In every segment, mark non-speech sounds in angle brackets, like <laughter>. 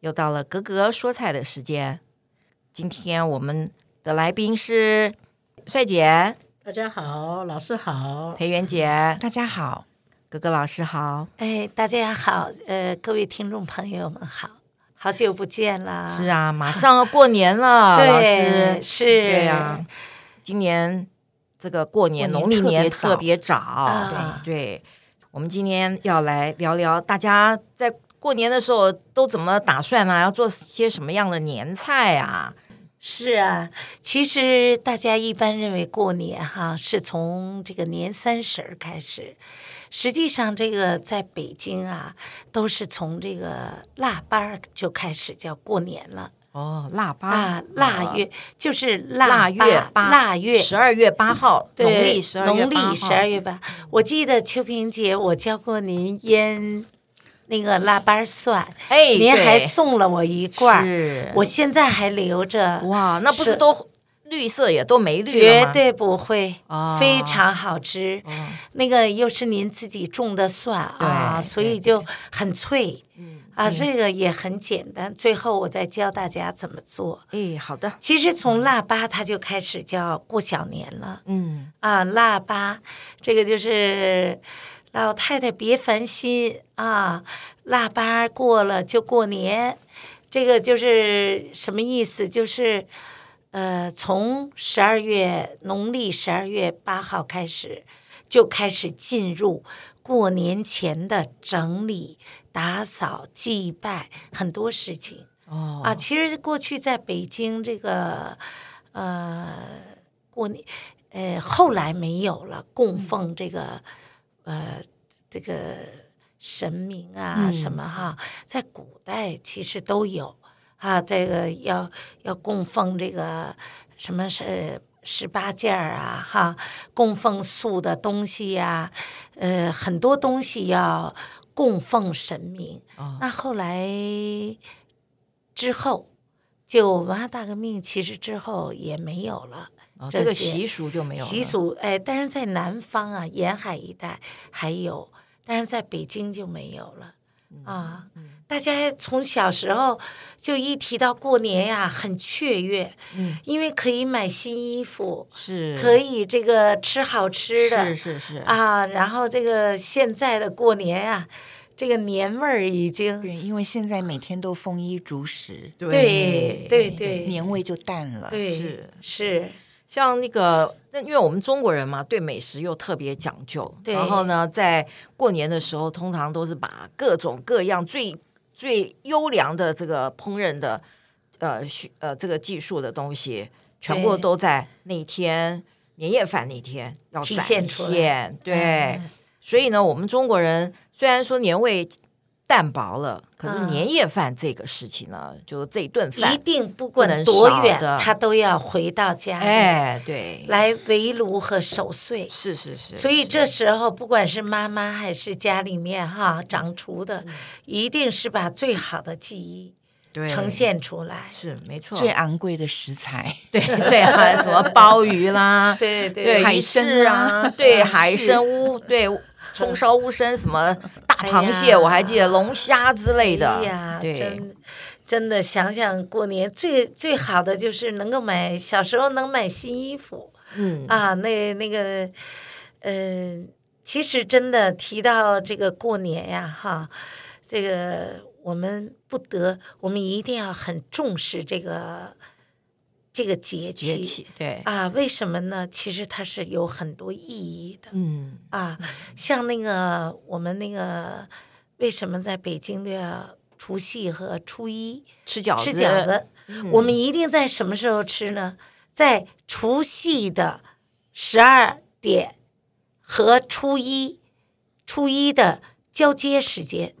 又到了格格说菜的时间。今天我们的来宾是帅姐、大家好，老师好。裴元姐、大家好，格格老师好。哎，大家好，呃，各位听众朋友们好，好久不见啦！是，啊，马上要过年了，老对，师，是，对啊，今年这个过年过农历年年特特别别早，啊对对。我们今天要来聊聊大家在过年的时候都怎么打算啊，要做些什么样的年菜啊？是啊。其实大家一般认为过年哈是从这个年三十儿开始，实际上这个在北京啊，都是从这个腊八儿就开始叫过年了哦，腊八啊，腊月就是腊腊月八腊月十二月八号，农对历十二月农八号历十二月八。我记得秋萍姐，我教过您腌那个腊八蒜，哎，您还对送了我一罐儿，是我现在还留着，哇，那不是是都绿色也都没绿了绝吗？对不会，哦非常好吃。哦那个又是您自己种的蒜啊，对所对嗯以就很脆。啊，这个也很简单。最后我再教大家怎么做。哎，好的，其实从腊八它就开始叫过小年了。嗯，啊，腊八，这个就是老太太别烦心啊，腊八过了就过年，这个就是什么意思？就是呃，从十二月农历十二月八号开始，就开始进入过年前的整理、打扫、祭拜很多事情。哦啊，其实过去在北京这个呃过年，呃后来没有了供奉这个呃这个神明啊、什么哈，在古代其实都有啊，这个要要供奉这个什么是。十八件儿啊，哈，供奉素的东西呀、呃，很多东西要供奉神明。那后来之后，就我妈大革命，其实之后也没有了。哦这这个些习俗就没有了习俗，哎，但是在南方啊，沿海一带还有，但是在北京就没有了、嗯啊。大家从小时候就一提到过年呀、很雀跃，嗯因为可以买新衣服，是可以这个吃好吃的，是是是，啊，然后这个现在的过年啊，这个年味儿已经对，因为现在每天都丰衣足食，对对对年味就淡了。对是是像那个，那因为我们中国人嘛，对美食又特别讲究。对然后呢，在过年的时候，通常都是把各种各样最最优良的这个烹饪的呃需呃这个技术的东西，全部都在那一天年夜饭那天要体展现出来现对，嗯所以呢，我们中国人虽然说年味淡薄了，可是嗯年夜饭这个事情呢，就是这一顿一饭，定不不能管多少远的，他都要回到家里、哎，对，来围炉和守岁。是是是，所以是这时候，不管是妈妈还是家里面哈掌厨的，一定是把最好的技艺嗯对呈现出来。是没错，最昂贵的食材， <laughs> 对最好什么鲍鱼啦，对对对海鱼参翅啊，啊 <laughs> 对是海参乌，对葱烧乌参什么大螃哎蟹，呀我还记得龙虾之类的哎呀，，对真真的想想过年最最好的就是能够买，小时候能买新衣服，嗯啊，那那个，呃嗯、其实真的提到这个过年呀，哈，这个我们不得，我们一定要很重视这个这个节节气气，对，啊。为什么呢？其实它是有很多意义的嗯，啊。像那个我们那个为什么在北京的除夕和初一吃饺子，吃饺子，嗯我们一定在什么时候吃呢？在除夕的十二点和初一初一的交接时间，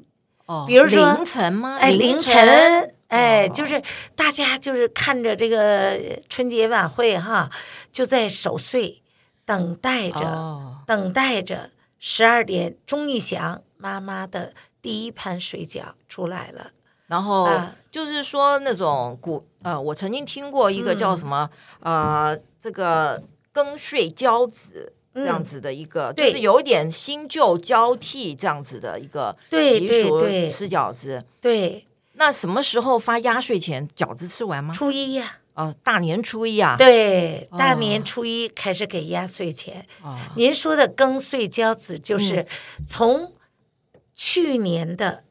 哦比如说凌晨吗？哎，凌晨，晨，哎，哦就是大家就是看着这个春节晚会哈，就在守岁，等待着，哦，等待着十二点钟一响，妈妈的第一盘水饺出来了。然后啊就是说那种古呃，我曾经听过嗯一个叫什么、呃，这个庚睡交子。这样子的一个，就嗯对是有一点新旧交替这样子的一个对习对俗，对吃饺子。对，那什么时候发压岁钱？饺子吃完吗？初一呀、哦，大年初一啊。对，大哦年初一开始给压岁钱。哦，嗯您说的庚岁交子，就是从去年的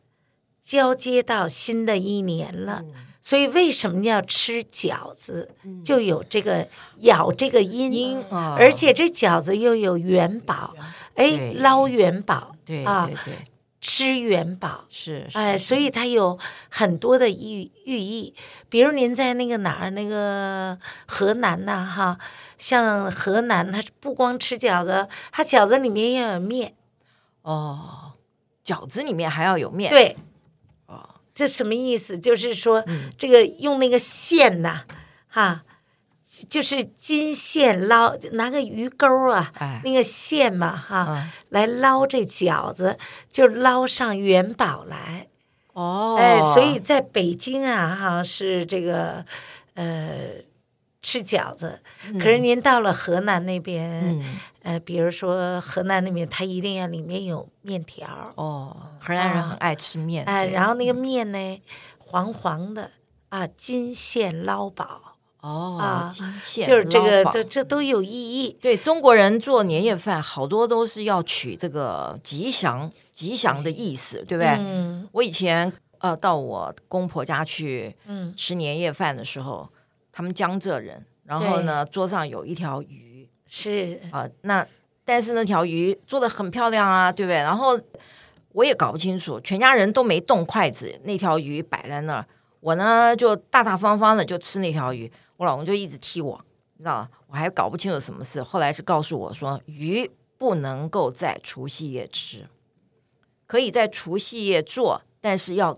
交接到新的一年了。嗯所以为什么要吃饺子，就有这个咬这个音，因啊而且这饺子又有元宝，哎对，捞元宝，对啊对，对，吃元宝，是是哎，所以它有很多的寓寓意，比如您在那个哪儿，那个河南呐、哈，像河南，它不光吃饺子，它饺子里面也有面，哦，饺子里面还要有面。，对，哦这什么意思？就是说，嗯这个用那个线呐、哈，就是金线捞，拿个鱼钩啊，哎那个线嘛，哈，嗯来捞这饺子，就捞上元宝来。哦，哎，所以在北京啊，哈是这个呃吃饺子，可是您到了河南那边，嗯呃，比如说河南那边，它一定要里面有面条儿，哦，河南人很爱吃面。哎，对然后那个面呢黄黄的啊，金线捞宝，哦，啊金线就是这个捞宝这这都有意义。对中国人做年夜饭，好多都是要取这个吉祥吉祥的意思，对不对？嗯我以前呃到我公婆家去嗯吃年夜饭的时候，他们江浙人，然后呢桌上有一条鱼是啊、那但是那条鱼做的很漂亮啊，对不对？然后我也搞不清楚，全家人都没动筷子，那条鱼摆在那儿，我呢就大大方方的就吃那条鱼，我老公就一直踢我，你知道吗？我还搞不清楚什么事，后来是告诉我说鱼不能够在除夕夜吃，可以在除夕夜做，但是要。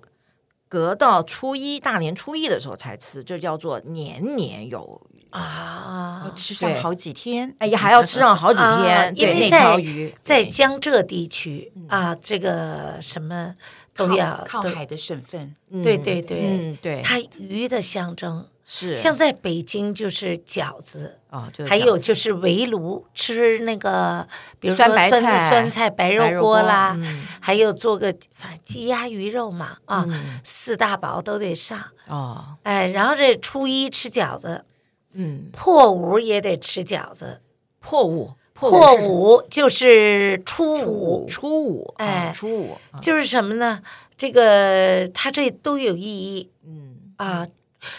隔到初一大年初一的时候才吃，这叫做年年有余。要啊，吃上对好几天，哎呀，还要吃上好几天，啊因对为那在条鱼在对江浙地区啊，这个什么靠都要靠都海的省份，对对对，嗯，对，它鱼的象征。是像在北京就是饺子，啊，就是还这有样就是围炉吃那个，比如说酸白酸菜酸菜白白肉肉锅锅啦，嗯还有做个反正鸡鸭鱼肉嘛啊，四大宝都得上。哦，哎，然后这初一吃饺子，嗯，破五也得吃饺子。破五，破五是五就是初五，初五，哎啊初五，啊就是什么呢？这个它这都有意义。嗯，啊，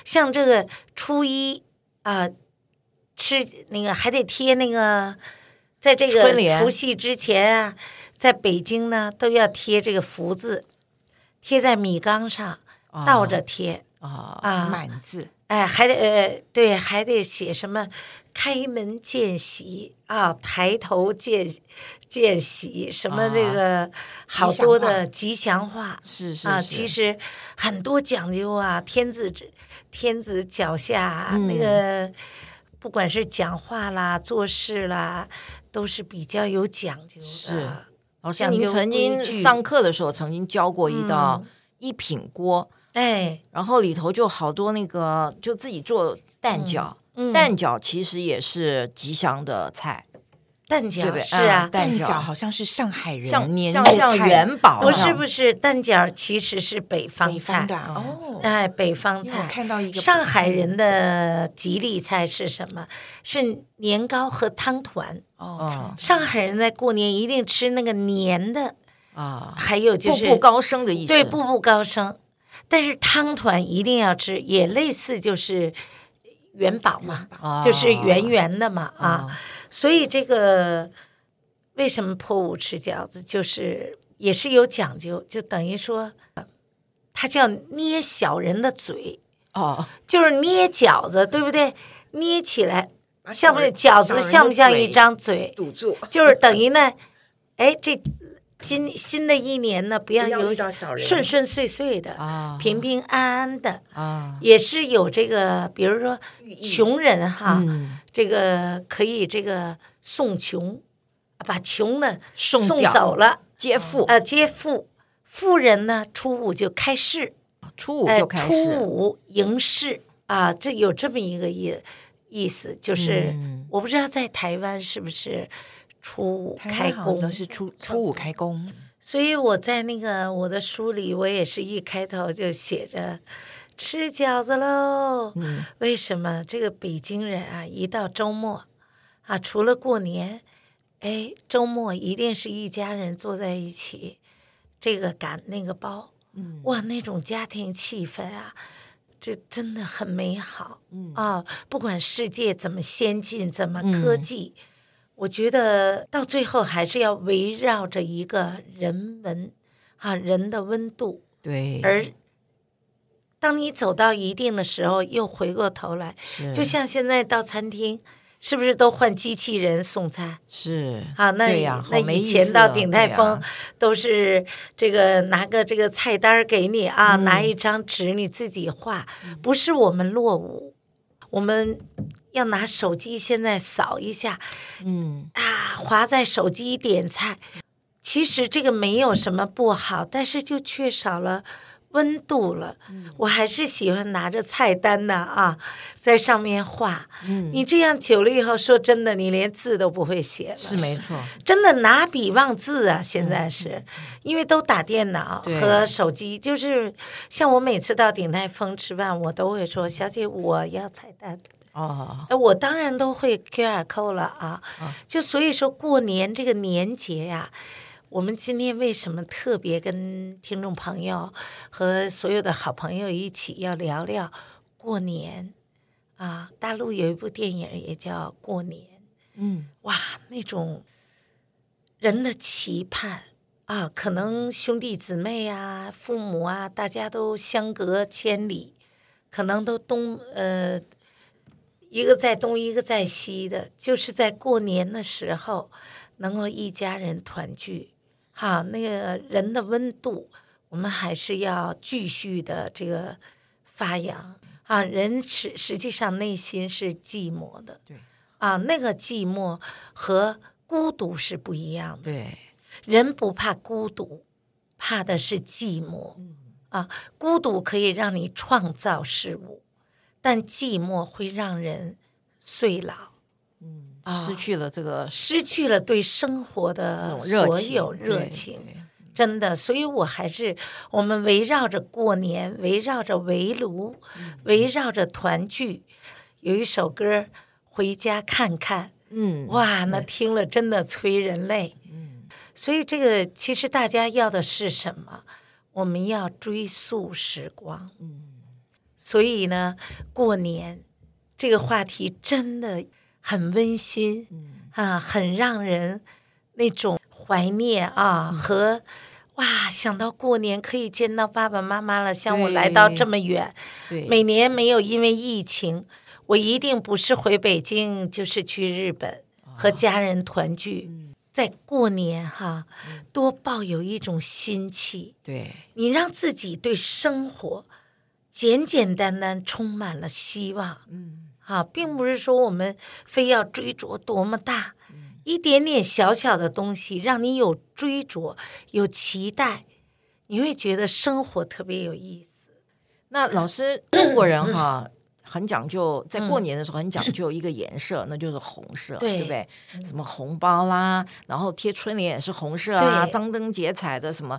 像这个初一啊，吃那个还得贴那个，在这春个联除夕之前啊，在北京呢都要贴这个福字，贴在米缸上，哦倒着贴啊，啊。满字哎，还得呃，对，还得写什么“开门见喜”啊，“抬头见见喜”，什么这啊个好祥多话的吉祥话。是是啊，是其实很多讲究啊，天子之天子脚下啊、嗯那个，不管是讲话啦、做事啦，都是比较有讲究的。是老师，讲您究曾经嗯规矩上课的时候曾经教过一道一品锅，哎，然后里头就好多那个就自己做蛋饺，嗯蛋饺其实也是吉祥的菜，蛋对不饺对？是啊啊，蛋饺饺好像是上海人像年像夜像菜元宝，不是不是，蛋饺其实是北北方方，菜的哦，哎，北方因为我菜。看到一个上海人的吉利菜是什么？是年糕和汤团。嗯哦，上海人在过年一定吃那个年的，啊，还有就步是步高升的意思，对，步步高升但是汤团一定要吃，也类似就是元宝嘛，哦就是圆圆的嘛啊。所以这个为什么破五吃饺子，就是也是有讲究，就等于说，它叫捏小人的嘴，哦，就是捏饺子，对不对？捏起来把小像不像人饺小子？人的像不像嘴一张嘴？堵住，就是等于呢， <laughs> 哎，这新新的一年呢，不要不要有遇到小人顺顺遂遂的，啊平平安安的，啊，也是有这个，比如说穷人哈，嗯这个可以这个送穷，把穷的送送掉走了，接富，呃，接富。富人呢，初五就开市，初五哎，就开初始，五迎市啊，这有这么一个意意思，就是、嗯我不知道在台湾是不是初五台开湾好像工都，是初初五开工，所以我在那个我的书里，我也是一开头就写着吃饺子喽。为什么这个北京人啊，一到周末啊，除了过年，哎，周末一定是一家人坐在一起，这个擀那个包，嗯哇，那种家庭气氛啊，这真的很美好。嗯啊，不管世界怎么先进，怎么科技。我觉得到最后还是要围绕着一个人文啊，人的温度。对，而当你走到一定的时候，又回过头来，是就像现在到餐厅，是不是都换机器人送餐是啊？那对以、呀好那没以意前思到啊鼎对泰呀丰、都是这个拿个这个菜单儿给你啊，嗯拿一张纸你自己画，不是我们落伍，我们要拿手机现在扫一下，嗯啊，划在手机点菜，其实这个没有什么不好，但是就缺少了温度了。嗯我还是喜欢拿着菜单呢啊，在上面画。嗯你这样久了以后，说真的，你连字都不会写了。是没错，真的拿笔忘字啊！现在是、因为都打电脑对和手机，就是像我每次到鼎泰丰吃饭，我都会说：“小姐，我要菜单。”哦，哎，我当然都会 QR code 了啊！就所以说，过年这个年节呀、我们今天为什么特别跟听众朋友和所有的好朋友一起要聊聊过年啊？大陆有一部电影也叫《过年》，嗯，哇，那种人的期盼啊，可能兄弟姊妹啊、父母啊，大家都相隔千里，可能都东呃，一个在东，一个在西的，就是在过年的时候，能够一家人团聚，哈、那个人的温度，我们还是要继续的这个发扬啊。人实实际上内心是寂寞的，对啊，那个寂寞和孤独是不一样的。对，人不怕孤独，怕的是寂寞。嗯啊，孤独可以让你创造事物，但寂寞会让人衰老，失去了这个失去了对生活的那种哦热所情有热对情。对真的，所以我还是我们围绕着过年，围绕着围炉，嗯围绕着团聚。有一首歌《回家看看》，嗯，哇，那听了真的催人泪。所以这个其实大家要的是什么？我们要追溯时光。所以呢，过年这个话题真的很温馨，啊，很让人那种怀念啊、和。哇，想到过年可以见到爸爸妈妈了，像我来到这么远，对，每年没有因为疫情，我一定不是回北京，就是去日本和家人团聚。在过年哈，多抱有一种心气，对你让自己对生活简简单单充满了希望。嗯，啊，并不是说我们非要追逐多么大，一点点小小的东西，让你有追逐，有期待，你会觉得生活特别有意思。那老 <coughs> 师，中国人哈很讲究，在过年的时候很讲究一个颜 <coughs> 色，那就是红色，嗯对嗯对不对？什么红包啦，然后贴春联也是红色啊，对张灯结彩的什么，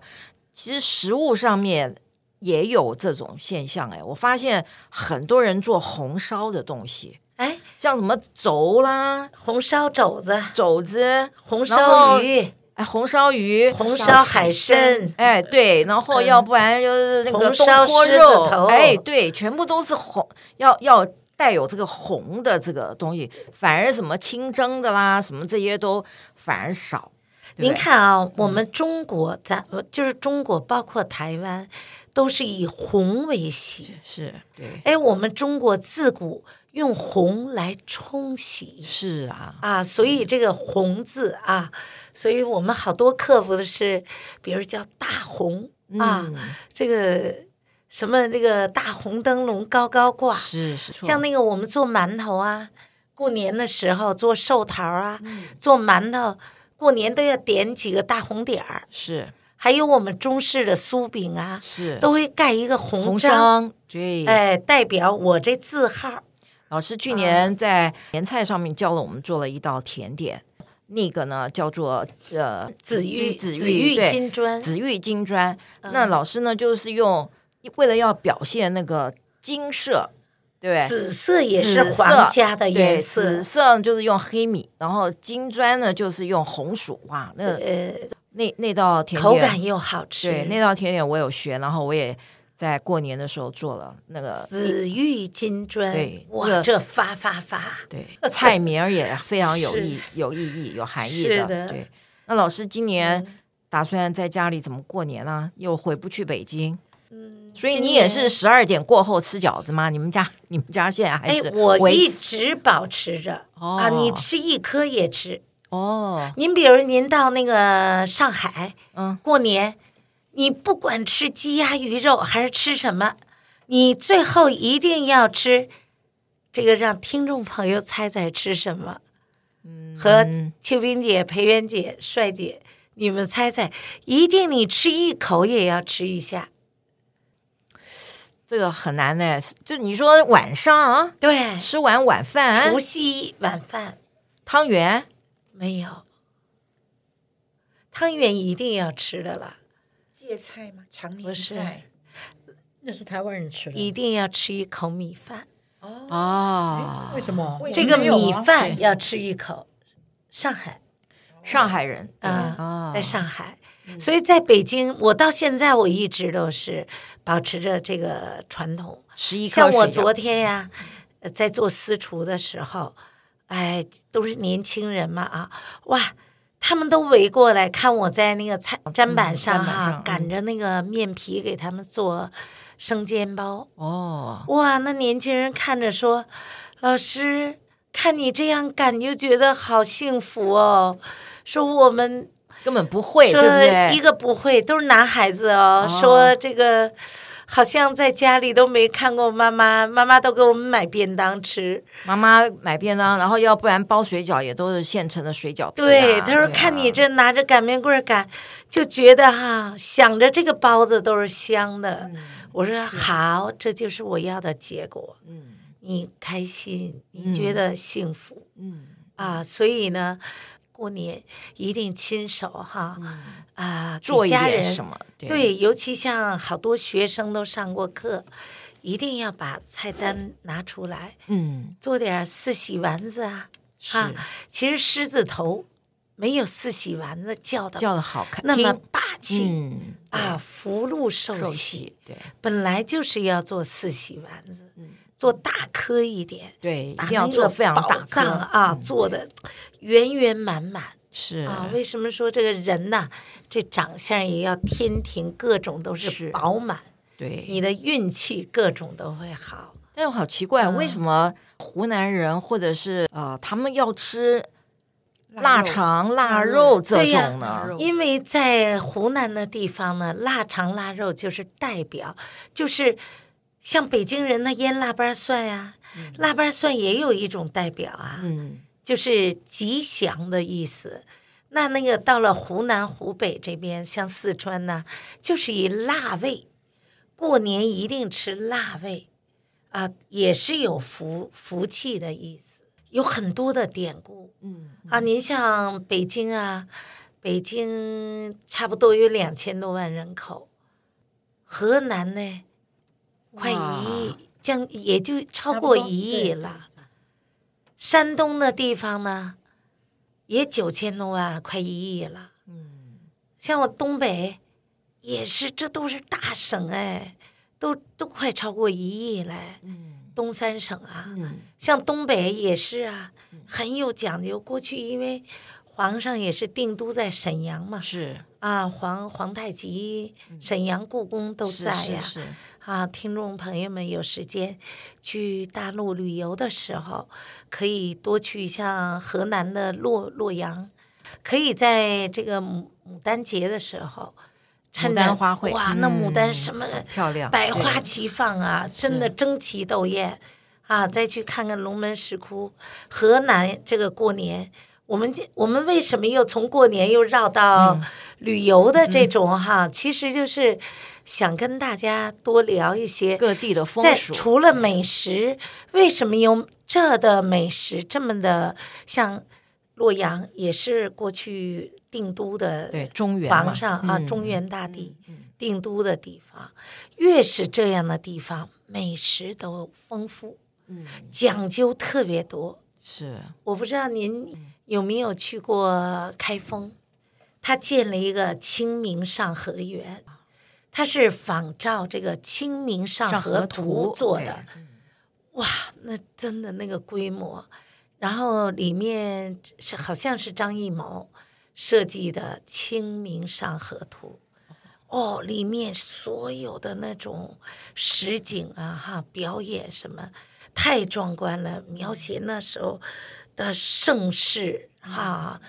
其实食物上面。也有这种现象哎，我发现很多人做红烧的东西，哎，像什么肘啦、红烧肘子。肘子、红烧鱼，鱼，哎，红烧鱼，红烧海参，嗯哎，对，然后要不然就是那个红东烧坡狮子肉头，哎，对，全部都是红，要要带有这个红的这个东西，反而什么清蒸的啦，什么这些都反而少。对您不对，嗯看啊，我们中国，咱呃就是中国，包括台湾，都是以红为喜。是对，哎，我们中国自古用红来冲喜是啊，啊，所以这个“红”字啊，所以我们好多克服的是，比如叫大红啊，嗯，这个什么这个大红灯笼高高挂，是是，像那个我们做馒头啊，过年的时候做寿桃啊，嗯做馒头，过年都要点几个大红点儿。是还有我们中式的酥饼啊，是都会盖一个红红章，章，对，哎，代表我这字号。老师去啊年在年菜上面教了我们做了一道甜点，那个呢叫做呃紫玉紫紫玉对金砖紫玉金砖。嗯那老师呢就是用为了要表现那个金色，对。紫色也紫是色皇家的对，颜紫色，色就是用黑米，然后金砖呢就是用红薯哇，那呃，那那道甜口点感又好吃。对那道甜点我有学，然后我也在过年的时候做了那个紫玉金砖对，哇，这个这发发发！ <laughs> 对，菜名儿也非常有是意有意义、有含义是的。的嗯对，那老师今年打算在家里怎么过年啊？又回不去北京，嗯，所以今你也是年十二点过后吃饺子吗？你们家你们家现在还哎是，我维一持直保持着哦啊，你吃一颗也吃。哦，您比如您到那个上海，嗯，过年，你不管吃鸡鸭鱼肉还是吃什么，你最后一定要吃这个，让听众朋友猜猜吃什么。和秋萍姐、裴元姐、帅姐，你们猜猜，一定你吃一口也要吃一下。这个很难呢。就你说晚上啊，对，吃完晚饭除夕晚饭汤圆，没有，汤圆一定要吃的了，芥菜吗？常不年是菜。那是台湾人吃的。一定要吃一口米饭。哦，哎为什么？为这个没有啊米饭对要吃一口，上海。上海人啊，在哦上海。所以在北京，我到现在我一直都是保持着这个传统。十一像颗我水饺昨天呀，呃在做私厨的时候，哎，都是年轻人嘛啊，哇，他们都围过来看我在那个菜砧板上砧板啊上，擀着那个面皮给他们做生煎包。哦，哇，那年轻人看着说：“老师，看你这样擀，就觉得好幸福哦。”说我们根本不会，对说不对？一个不会，都是男孩子哦。说这个好像在家里都没看过妈妈，妈妈都给我们买便当吃。妈妈买便当，然后要不然包水饺也都是现成的水饺皮啊、对，他说啊看你这拿着擀面棍儿擀，就觉得哈、想着这个包子都是香的。嗯我说好，这就是我要的结果。嗯你开心，你嗯觉得幸福、嗯啊，所以呢，过年一定亲手哈、啊，给嗯做一家点人什么？对对，尤其像好多学生都上过课，一定要把菜单拿出来，嗯做点儿四喜丸子啊。是啊，其实狮子头没有四喜丸子叫的叫的好看，那么听霸气、嗯啊，福禄寿受喜喜，嗯对本来就是要做四喜丸子，做大颗一点，对，一把定要那做个非常大宝藏颗啊，嗯做的圆圆满满。是啊，为什么说这个人呐、这长相也要天庭，各种都是是饱满，对。你的运气各种都会好。但是好奇怪，嗯为什么湖南人或者是呃，他们要吃腊肉肠、腊腊肉这对呀种腊呢肉？因为在湖南的地方呢，腊肠腊肉就是代表，就是像北京人的腌腊八蒜呀、腊八蒜也有一种代表啊，嗯，就是吉祥的意思。那那个到了湖南、湖北这边，像四川呢，就是以腊味，过年一定吃腊味，啊，也是有福福气的意思，有很多的典故。嗯，啊，您像北京啊，北京差不多有两千多万人口，河南呢，快一亿，将也就超差不过多一对亿对了。山东的地方呢，也九千多万，快一亿了。嗯像我东北也是，这都是大省哎，都都快超过一亿了。嗯东三省啊，嗯像东北也是啊，很有讲究。过去因为皇上也是定都在沈阳嘛，是啊，皇皇太极、沈阳故宫都嗯是在呀、是是啊，听众朋友们有时间去大陆旅游的时候，可以多去像河南的洛洛阳，可以在这个牡牡丹节的时候，趁牡着丹花卉哇，那牡丹嗯什么漂亮，百对花齐放啊，真的争奇斗艳啊！再去看看龙门石窟，河南这个过年，我们这我们为什么又从过年又绕嗯到旅游的这种哈？其实就是想跟大家多聊一些，各地的风在俗，除了美食，为什么有这的美食这么的像洛阳也是过去定都的对中原嘛皇上啊，嗯中原大地定都的地方，越是这样的地方，美食都丰富，嗯讲究特别多。是我不知道嗯您有没有去过开封，他建了一个清明上河园，它是仿照这个《清明上上河河图图》嗯做对的。哇，那真的那个规模，然后里面是好像是张艺谋设计的《清明上河图》。哦，里面所有的那种实景啊，哈，表演什么太壮观了，描写那时候的盛世嗯哈、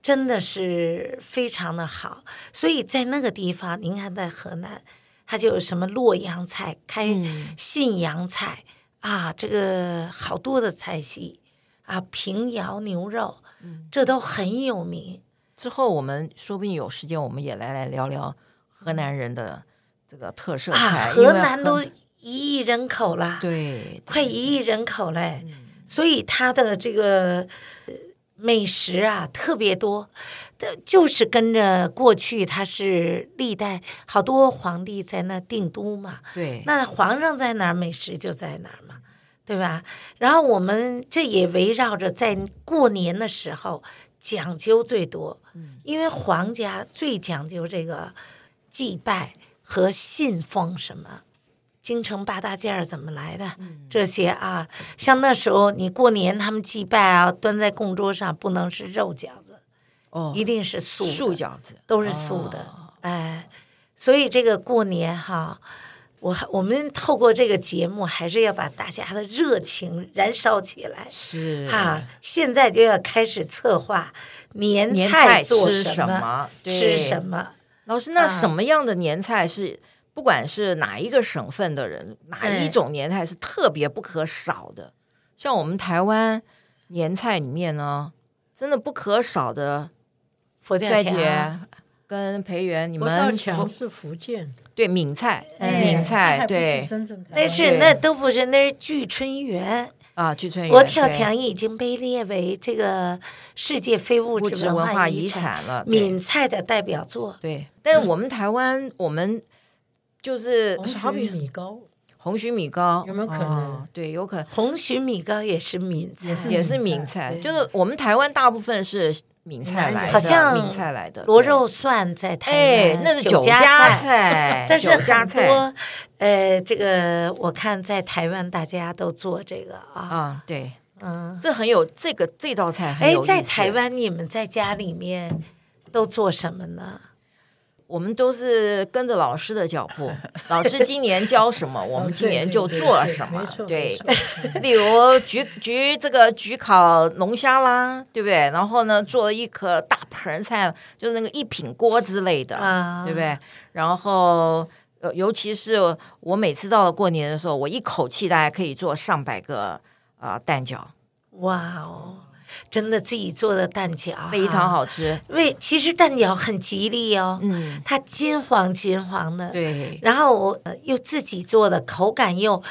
真的是非常的好。所以在那个地方，您看在河南，它就有什么洛阳菜、开嗯信阳菜、啊，这个好多的菜系啊，平遥牛肉，嗯这都很有名。之后我们说不定有时间，我们也来来聊聊河南人的这个特色啊，菜，因为河南很都一亿人口了，对快一亿人口嘞，所以它的这个呃美食啊特别多，的就是跟着过去它是历代好多皇帝在那定都嘛，对那皇上在哪儿，美食就在哪儿嘛，对吧？然后我们这也围绕着在过年的时候讲究最多，嗯因为皇家最讲究这个祭拜和信奉什么。京城八大件儿怎么来的？嗯这些啊，像那时候你过年他们祭拜啊，端在供桌上不能是肉饺子，哦一定是素的素饺子都是素的，哦哎，所以这个过年哈，我我们透过这个节目，还是要把大家的热情燃烧起来是啊！现在就要开始策划年年菜做吃什么，么？吃对什？么，老师，那啊什嗯么样的年菜是不管是哪一个省份的人，哪一种年菜是特别不可少的？像我们台湾年菜里面呢，真的不可少的佛跳帅墙姐啊跟培元，你佛跳们墙是福建，对闽菜，哎闽那菜还不对哎是真正台湾那是对那都不是，那是聚春园。啊，聚春园佛跳对墙已经被列为这个世界非物物质质文化遗遗产产了，对闽菜的代表作。对。但是我们台湾，我们就是红好曲比米糕红曲米糕，有没有可哦能对，有可能。红曲米糕也是闽嗯菜，是也是闽闽菜，对就是我们台湾大部分是闽菜闽南来的，人好像闽菜来的螺肉，蒜在台对哎，南，那是酒家菜。菜， <laughs> 但是酒家很菜多，呃，这个我看在台湾大家都做这个啊，啊，对，嗯，这很有这个这道菜很哎有，意在思台湾你们在家里面都做什么呢？我们都是跟着老师的脚步，老师今年教什 <laughs> 么，我哦们今年就做了什么没，错对没。错 <laughs> 例如焗焗这个焗烤龙虾啦，对不对？然后呢，做了一颗大盆菜，就是那个一品锅之类的，啊对不对？然后呃，尤其是我每次到了过年的时候，我一口气大概可以做上百个啊、呃蛋饺，哇哦，真的自己做的蛋饺啊非常。好吃。为其实蛋饺很吉利哦，嗯，它金黄金黄的，对，然后我呃又自己做的，口感又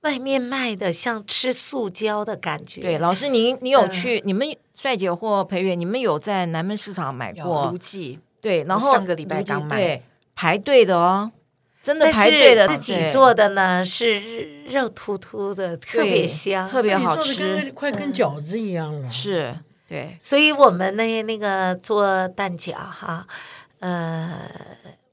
外面卖的像吃塑胶的感觉。对，老师您你有去、你们帅姐或培元，你们有在南门市场买有过卢？记，对，然我后上个礼拜如今刚买对排队的哦，真的但排队的哦是自己对做的呢是肉突突的，特别香，特别好自己做的吃嗯跟，快跟饺子一样了。是。对，所以我们那那个做蛋饺哈，呃，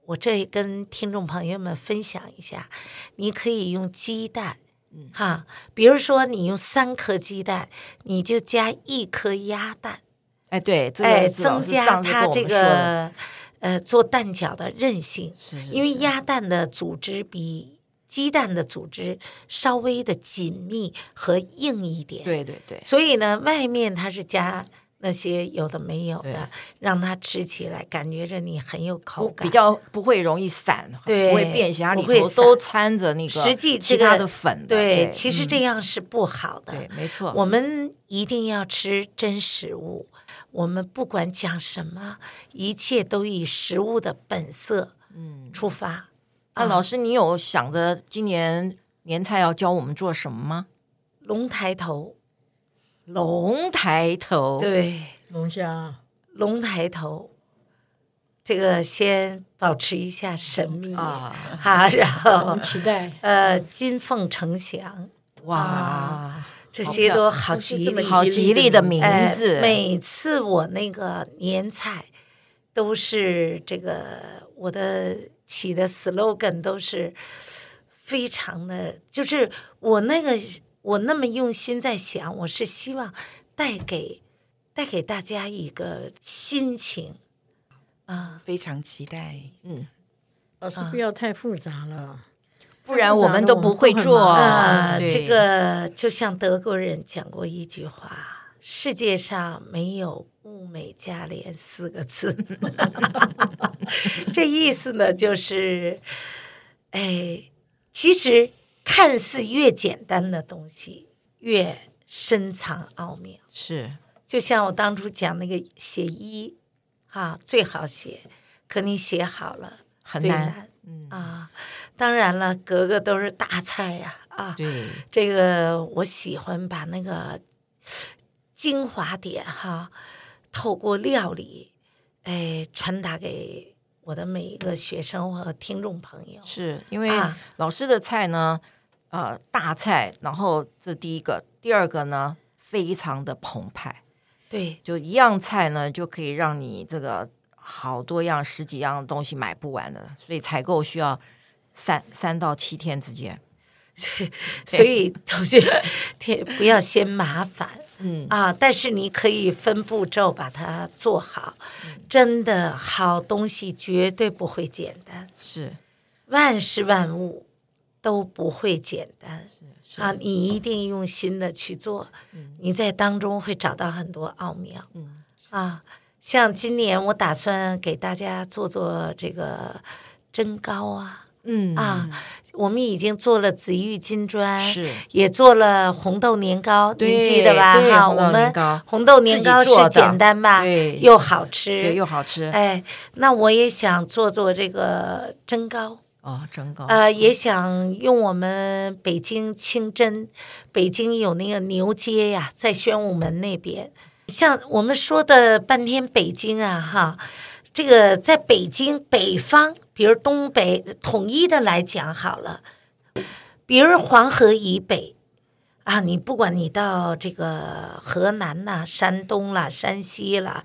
我这跟听众朋友们分享一下，你可以用鸡蛋，嗯哈，比如说你用三颗鸡蛋，你就加一颗鸭蛋，哎对，这个哎，是老增师加上次它跟我这们说的个呃做蛋饺的韧性，是是因为鸭蛋的组织比鸡蛋的组织稍微的紧密和硬一点，对对对，所以呢，外面它是加那些有的没有对的，让它吃起来感觉着你很有口不感。比较不会容易散，对不会变形，它里不会头散都掺着那个实际其这他个的粉的，对，对，嗯其实这样是不好的。对，没错，我们一定要吃真食物，我们不管讲什么，一切都以食物的本色嗯，出发。那嗯老师，你有想着今年年菜要教我们做什么吗？龙抬头，龙抬头，对，龙虾，龙抬头，这个先保持一下 <laughs> 神秘啊，哈，然我后们嗯期待。呃，金凤呈祥，哇，这好些漂都好都是吉这么利，好吉利的名哎字，每次我那个年菜都是这个我的起的 slogan 都是非常的，就是我那个我那么用心在想，我是希望带给带给大家一个心情啊，非常期待。老师不要太复杂了，不然我们都不会做哦啊，对这个就像德国人讲过一句话：“世界上没有物美价廉”四个 <laughs> 字。 <laughs> 这意思呢，就是，哎，其实看似越简单的东西，越深藏奥妙。是就像我当初讲那个写一，啊，最好写，可你写好了很最难，嗯，啊。当然了，格格都是大菜呀、啊，对，这个我喜欢把那个精华点哈，透过料理，哎，传达给我的每一个学生和听众朋友。是因为啊老师的菜呢，呃，大菜，然后这第一个，第二个呢，非常的澎湃，对就一样菜呢，就可以让你这个好多样、十几样东西买不完的，所以采购需要三三到七天之间。所以同学，天不要嫌麻烦。嗯啊，但是你可以分步骤把它做好，真的好东西绝对不会简单。是万事万物都不会简单啊！你一定用心的去做，你在当中会找到很多奥妙。嗯啊，像今年我打算给大家做做这个蒸糕啊嗯啊，我们已经做了紫玉金砖，是也做了红豆年糕，您对记得吧？对哈，红豆我们年糕红豆年糕自己做的是简单吧？对又好吃，对，又好吃、哎，那我也想做做这个蒸糕。哦，蒸糕呃，也想用我们北京清真，北京有那个牛街呀，在宣武门那边。像我们说的半天北京啊，哈，这个在北京北方，比如东北统一的来讲好了，比如黄河以北。啊，你不管你到这个河南呐、山东啦、山西啦、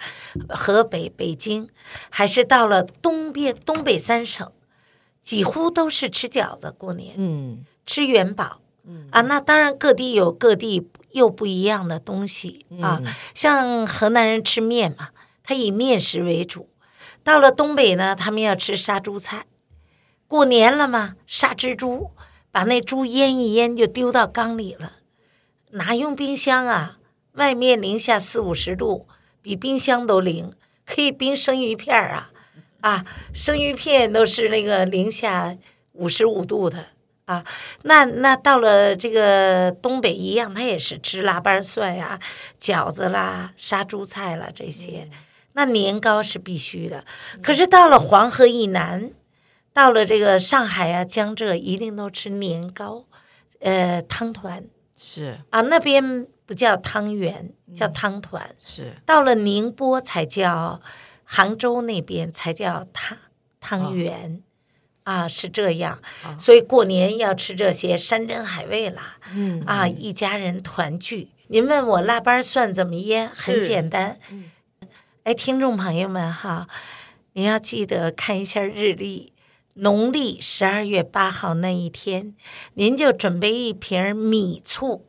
河北、北京，还是到了东边东北三省，几乎都是吃饺子过年，嗯吃元宝。啊，那当然各地有各地又不一样的东西啊，像河南人吃面嘛，他以面食为主。到了东北呢，他们要吃杀猪菜。过年了嘛，杀只猪，把那猪腌一腌就丢到缸里了，哪用冰箱啊？外面零下四五十度，比冰箱都灵，可以冰生鱼片儿啊，啊，生鱼片都是那个零下五十五度的啊。那那到了这个东北一样，它也是吃腊八蒜呀、饺子啦、杀猪菜啦这些。那年糕是必须的，可是到了黄河以南，到了这个上海啊、江浙，一定都吃年糕，呃，汤团是啊，那边不叫汤圆，叫汤团。是到了宁波才叫杭州那边才叫汤汤圆、啊，是这样。所以过年要吃这些山珍海味啦，嗯啊，一家人团聚。您问我腊八蒜怎么腌，很简单。嗯哎，听众朋友们哈，您要记得看一下日历，农历十二月八号那一天，您就准备一瓶米醋，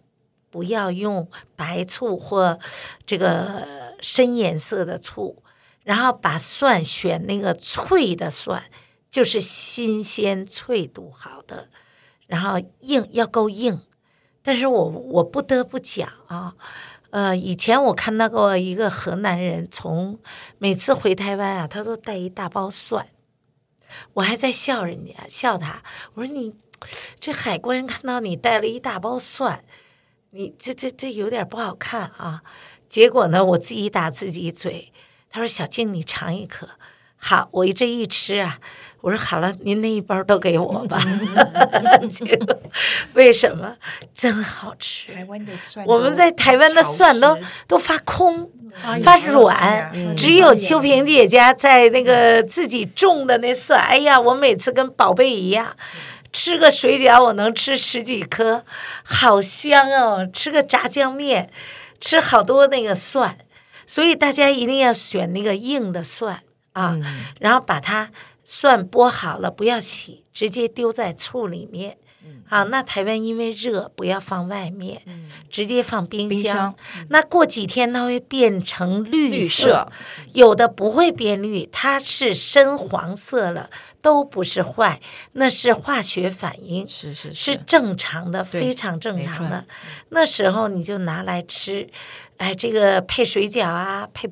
不要用白醋或这个深颜色的醋，然后把蒜选那个脆的蒜，就是新鲜脆度好的，然后硬要够硬。但是我我不得不讲啊，呃，以前我看到过一个河南人从每次回台湾啊，他都带一大包蒜，我还在笑人家笑他，我说你这海关看到你带了一大包蒜，你这这这有点不好看啊。结果呢，我自己打自己嘴，他说小静你尝一颗，好，我这一吃啊，我说好了，您那一包都给我吧。 <laughs> 结果为什么？真好吃。台湾的蒜，我们在台湾的蒜都潮湿都发空、哎呀发哎呀软，嗯只有秋萍姐家在那个自己种的那蒜，哎呀，我每次跟宝贝一样，吃个水饺我能吃十几颗，好香哦！吃个炸酱面，吃好多那个蒜，所以大家一定要选那个硬的蒜啊，然后把它蒜剥好了，不要洗，直接丢在醋里面。啊，那台湾因为热，不要放外面，直接放冰冰箱那过几天它会变成绿绿色有的不会变绿，它是深黄色了，都不是坏，那是化学反应，是是是正常的，对非常正没常错的。那时候你就拿来吃，哎，这个配水饺啊，配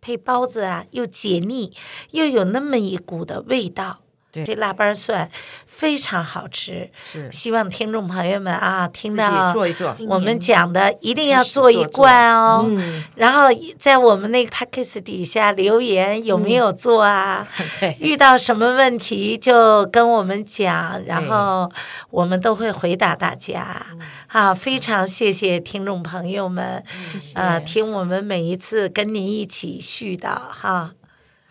配包子啊，又解腻，又有那么一股的味道。对这腊八蒜非常好吃，是希望听众朋友们啊，听自到己做一做，我们讲的一定要开始做一做做罐哦。嗯，然后在我们那个 p a c k a g e 底下留言有嗯没有做啊？ <laughs> 对，遇到什么问题就跟我们讲，然后我们都会回答大家。啊，非常谢谢听众朋友们，啊，听我们每一次跟您一起絮叨哈。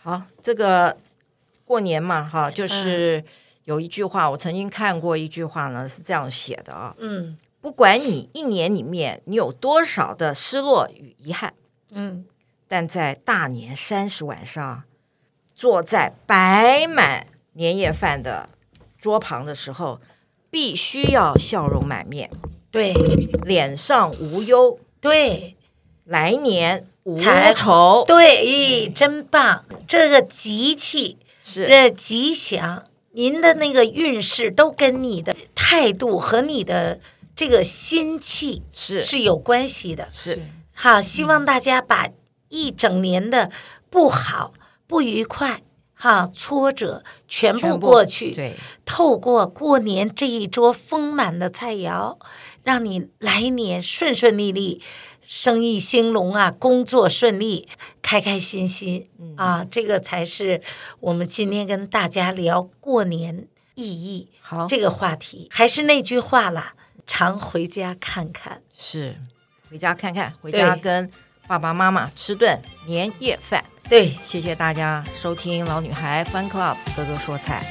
好，这个过年嘛，哈，嗯就是有一句话，我曾经看过一句话呢，是这样写的啊，嗯不管你一年里面你有多少的失落与遗憾，嗯，但在大年三十晚上，坐在摆满年夜饭的桌旁的时候，必须要笑容满面，对脸上无忧，对来年无才愁。对，咦，真棒！这个集气是，这吉祥，您的那个运势都跟你的态度和你的这个心气是是有关系的。是，好，希望大家把一整年的不好、不愉快、哈挫折全部过去，对，透过过年这一桌丰满的菜肴，让你来年顺顺利利，生意兴隆啊，工作顺利，开开心心、啊，这个才是我们今天跟大家聊过年意义好，这个话题。还是那句话啦，常回家看看。是回家看看，回家对跟爸爸妈妈吃顿年夜饭。对，谢谢大家收听老女孩 Fun Club 哥哥说菜。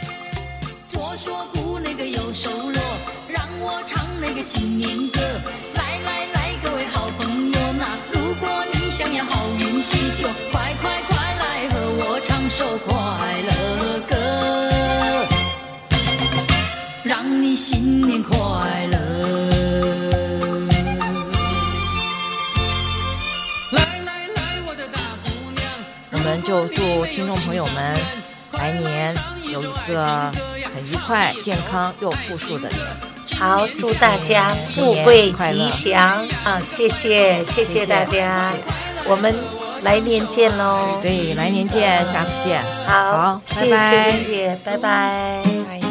左说不，那个右手锣，让我唱那个新年歌。来来来，各位好朋友呐，如果你想要好运气，就快快快来和我唱首快乐歌，让你新年快乐。我们就祝听众朋友们来年有一个很愉快、健康又富庶的年。好，祝大家富贵吉祥啊！谢谢，谢谢大家，我们来年见喽所。以来年见，下次见。好，拜谢谢拜。玲姐，拜拜。哎呀